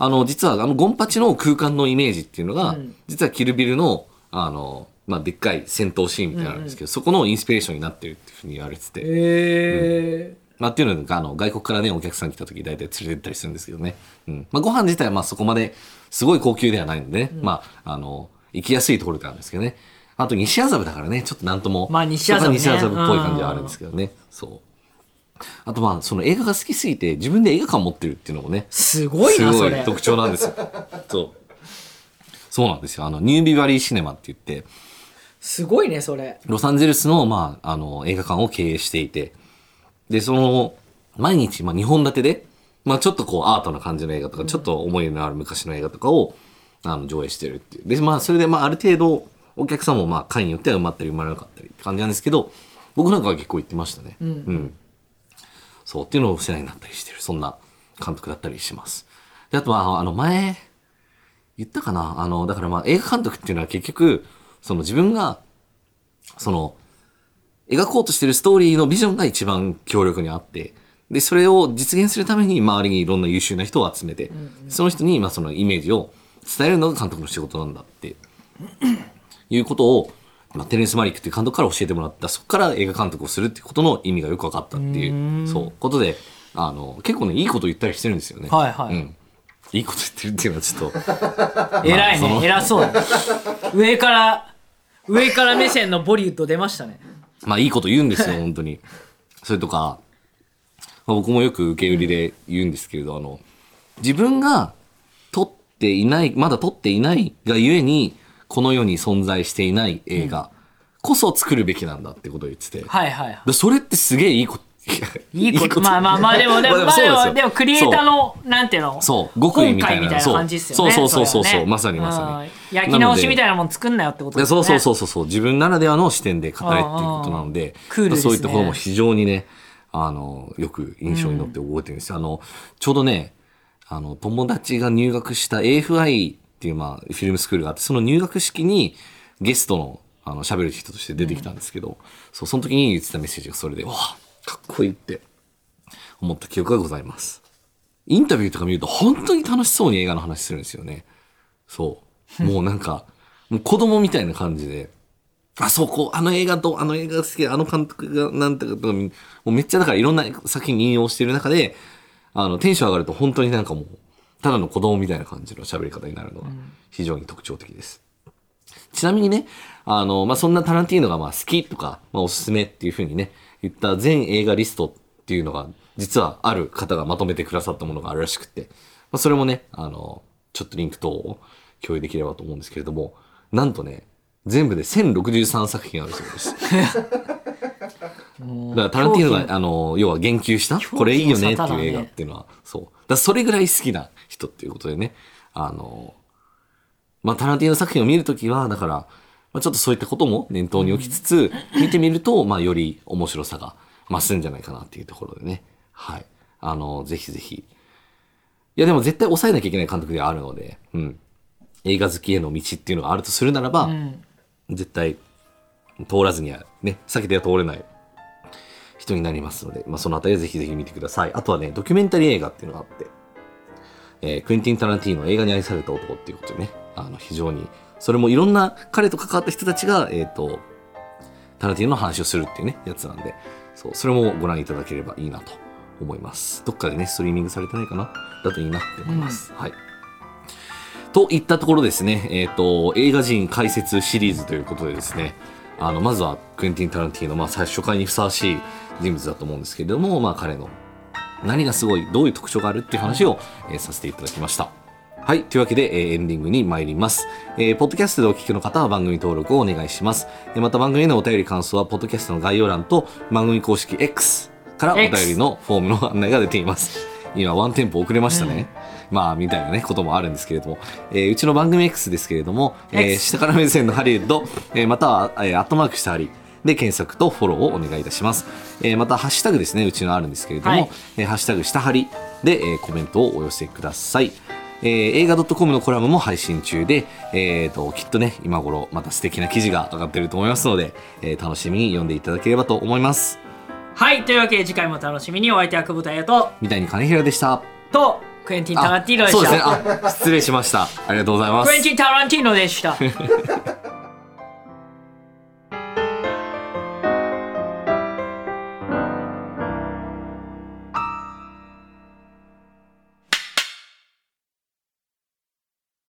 [SPEAKER 4] あの、実は、あの、ゴンパチの空間のイメージっていうのが、
[SPEAKER 3] うん
[SPEAKER 4] 実はキルビルの、あの、まあ、でっかい戦闘シーンみたいなのあるんですけど、そこのインスピレーションになってるっていうふうに言われてて、
[SPEAKER 3] え
[SPEAKER 4] まあ、っていうのが、あの、外国からね、お客さん来た時、大体連れてったりするんですけどね。うん。まあ、ご飯自体は、まあ、そこまで、すごい高級ではないのでね、まあ、あの、行きやすいところではあるんですけどね。あと、西麻布だからね、ちょっとなんとも、
[SPEAKER 3] まあ西麻布ね
[SPEAKER 4] そこが西麻布っぽい感じはあるんですけどね。そう。あと、まあ、その映画が好きすぎて、自分で映画館持ってるっていうのもね、
[SPEAKER 3] ー、すごいな、それ。
[SPEAKER 4] 特徴なんですよ。そう。そうなんですよ。あの、ニュービバリーシネマって言って、
[SPEAKER 3] すごいね、それ。
[SPEAKER 4] ロサンゼルスの,、まあ、あの映画館を経営していて、で、その、毎日、まあ、2本立てで、まあ、ちょっとこう、アートな感じの映画とか、ちょっと思いのある昔の映画とかを、あの、上映してるっていう。で、まあ、それで、まあ、ある程度、お客さんも、まあ、会によっては埋まったり埋まらなかったりって感じなんですけど、僕なんかは結構行ってましたね。
[SPEAKER 3] うん
[SPEAKER 4] そう、っていうのを世代になったりしてる。そんな監督だったりします。で、あとは、あの、前、言ったかなあの、だからまあ映画監督っていうのは結局、その自分が、その、描こうとしてるストーリーのビジョンが一番強力にあって、で、それを実現するために周りにいろんな優秀な人を集めて、その人に、まあそのイメージを伝えるのが監督の仕事なんだって、いうことを、まあ、テレンス・マリックっていう監督から教えてもらった、そこから映画監督をするってことの意味がよく分かったっていう、そう、ことで、あの、結構ね、いいこと言ったりしてるんですよね。
[SPEAKER 3] はいはい
[SPEAKER 4] うん。いいこと言ってるっていうのはちょっと、
[SPEAKER 3] 偉い
[SPEAKER 4] その
[SPEAKER 3] ね、偉そうだ。上から、上から目線のボリュッド出ましたね。
[SPEAKER 4] まあいいこと言うんですよ、本当に。それとか、まあ僕もよく受け売りで言うんですけれど、あの、自分が撮っていない、まだ撮っていないがゆえに、この世に存在していない映画こそ作るべきなんだってことを言ってて。
[SPEAKER 3] はいはいはい。
[SPEAKER 4] でそれってすげえいいこと。
[SPEAKER 3] いいことまあまあまあでもでも
[SPEAKER 4] まあ
[SPEAKER 3] まあ
[SPEAKER 4] そう
[SPEAKER 3] で
[SPEAKER 4] ですよ
[SPEAKER 3] もでもクリエイターのなんていうの
[SPEAKER 4] そう極意みたい
[SPEAKER 3] 本体
[SPEAKER 4] な
[SPEAKER 3] みたいな感じっすよね
[SPEAKER 4] そうそうそうそう
[SPEAKER 3] れはね
[SPEAKER 4] そうまさにまさに
[SPEAKER 3] うん焼き直しみたいなもん作んなよってこと
[SPEAKER 4] いや
[SPEAKER 3] です
[SPEAKER 4] そ
[SPEAKER 3] ね
[SPEAKER 4] うそうそうそうそう自分ならではの視点で語れっていうことなので
[SPEAKER 3] あークールですね
[SPEAKER 4] そういうところも非常にねあのよく印象に残って覚えてるんですよ、あのちょうどねあの友達が入学した AFI っていう、まあ、フィルムスクールがあってその入学式にゲストのあの喋る人として出てきたんですけど、そうその時に言ってたメッセージがそれでわあかっこいいって思った記憶がございますインタビューとか見ると本当に楽しそうに映画の話するんですよねそう。もうなんか、もう子供みたいな感じで、あ、そう、こう、あの映画と、あの映画が好き、あの監督が、なんてかとか、もうめっちゃだからいろんな作品に引用してる中で、あの、テンション上がると本当になんかもう、ただの子供みたいな感じの喋り方になるのが非常に特徴的です。ちなみにね、あの、まあ、そんなタランティーノがまあ好きとか、まあ、おすすめっていうふうにね、言った全映画リストっていうのが、実はある方がまとめてくださったものがあるらしくって、まあ、それもね、あの、ちょっとリンク等を共有できればと思うんですけれども、なんとね、全部で1063作品あるそうです。だからタランティーノが、あの、要は言及した、これいいよねっていう映画っていうのは、そう。だからそれぐらい好きな人っていうことでね、あの、まあ、タランティーノ作品を見るときは、だから、まあ、ちょっとそういったことも念頭に置きつつ、見てみると、まあ、より面白さが増すんじゃないかなっていうところでね。はい。あの、ぜひぜひ。いや、でも絶対抑えなきゃいけない監督ではあるので、うん。映画好きへの道っていうのがあるとするならば、
[SPEAKER 3] ん
[SPEAKER 4] 絶対通らずにはね、避けては通れない人になりますので、まあ、そのあたりはぜひぜひ見てください。あとはね、ドキュメンタリー映画っていうのがあって、えークエンティン・タランティーノ映画に愛された男っていうことでね、あの、非常に、それもいろんな彼と関わった人たちが、えっ、と、タランティーノの話をするっていうね、やつなんで、そう、それもご覧いただければいいなと思います。どっかでね、ストリーミングされてないかなだといいなって思います。はい。といったところですね、えっ、と、映画人解説シリーズということでですね、あの、まずはクエンティン・タランティーノ、まあ、最初回にふさわしい人物だと思うんですけれども、まあ、彼の何がすごい、どういう特徴があるっていう話を、えーさせていただきました。はい。というわけで、えーエンディングに参ります。えーポッドキャストでお聞きの方は番組登録をお願いします。えーまた番組へのお便り感想は、ポッドキャストの概要欄と番組公式 X からお便
[SPEAKER 3] X
[SPEAKER 4] りのフォームの案内が出ています。今、ワンテンポ遅れましたね。まあ、みたいなね、こともあるんですけれども。えーうちの番組 X ですけれども、えー
[SPEAKER 3] X
[SPEAKER 4] 下から目線のハリウッド、えーまたは、えーアットマークしたハリで検索とフォローをお願いいたします。えーまた、ハッシュタグですね、うちのあるんですけれども、
[SPEAKER 3] はい
[SPEAKER 4] えーハッシュタグ下張りで、えーコメントをお寄せください。えー映画 .com のコラムも配信中で、えーと、きっとね、今頃また素敵な記事が上がってると思いますので、えー楽しみに読んでいただければと思います。
[SPEAKER 3] はい、というわけで次回も楽しみにお相手は久保田彩と、
[SPEAKER 4] 三谷金平でした。
[SPEAKER 3] と、クエンティン・タランティーノで
[SPEAKER 4] そう
[SPEAKER 3] し
[SPEAKER 4] ですね。
[SPEAKER 3] た。
[SPEAKER 4] あ、失礼しました。ありがとうございます
[SPEAKER 3] クエ。ンティン・タランティーノでした。